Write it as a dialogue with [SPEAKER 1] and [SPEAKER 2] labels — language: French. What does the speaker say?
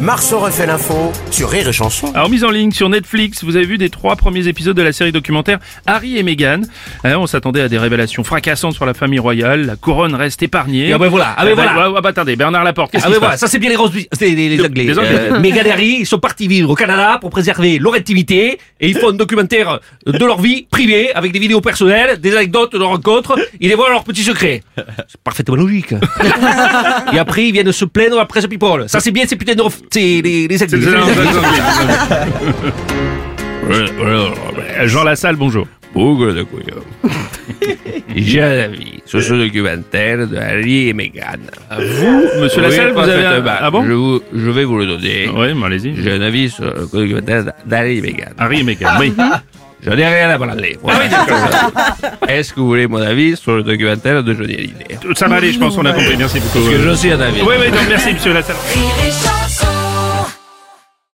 [SPEAKER 1] Marceau refait l'info sur Rire et Chanson.
[SPEAKER 2] Alors mise en ligne sur Netflix, vous avez vu des trois premiers épisodes de la série documentaire Harry et Meghan. Hein, on s'attendait à des révélations fracassantes sur la famille royale, la couronne reste épargnée.
[SPEAKER 3] Et ah ben voilà, ah ben
[SPEAKER 2] Eh ben,
[SPEAKER 3] voilà.
[SPEAKER 2] ouais, ouais, bah attendez, Bernard Laporte, qu'est-ce
[SPEAKER 3] Ah
[SPEAKER 2] qui
[SPEAKER 3] ben
[SPEAKER 2] se
[SPEAKER 3] voilà,
[SPEAKER 2] passe
[SPEAKER 3] ça c'est bien les, Rose- c'est les, les
[SPEAKER 2] De-
[SPEAKER 3] Anglais.
[SPEAKER 2] les Anglais.
[SPEAKER 3] Euh, Meghan et Harry sont partis vivre au Canada pour préserver leur activité et ils font un documentaire de leur vie privée avec des vidéos personnelles, des anecdotes de leurs rencontres. Ils dévoilent leurs petits secrets. C'est parfaitement logique. et après ils viennent se plaindre après ce people. Ça c'est bien ces putains de ref- c'est les, les
[SPEAKER 2] C'est-
[SPEAKER 3] Anglais.
[SPEAKER 2] c'est- c'est- Euh, Jean Lassalle, bonjour.
[SPEAKER 4] Beaucoup de couillons. J'ai la vie sur ce documentaire de Harry et Meghan.
[SPEAKER 2] Vous, monsieur
[SPEAKER 4] Oui,
[SPEAKER 2] Lassalle, vous avez un...
[SPEAKER 3] bah,
[SPEAKER 4] parfaitement.
[SPEAKER 2] Ah bon
[SPEAKER 4] je, vous- je vais vous le donner.
[SPEAKER 2] Oui, mais allez-y.
[SPEAKER 4] J'ai un avis sur le documentaire d'Harry et Meghan.
[SPEAKER 2] Harry et Meghan, oui.
[SPEAKER 3] Mhm.
[SPEAKER 4] J'en ai rien à parler.
[SPEAKER 2] Ah
[SPEAKER 4] Voilà. Est-ce que vous voulez mon avis sur le documentaire de Johnny Hallyday
[SPEAKER 2] Ça va aller, je pense, on a compris, merci beaucoup.
[SPEAKER 4] Parce que je suis un avis.
[SPEAKER 2] Oui, oui, non, merci monsieur Lassalle.
[SPEAKER 5] Rire et chanson.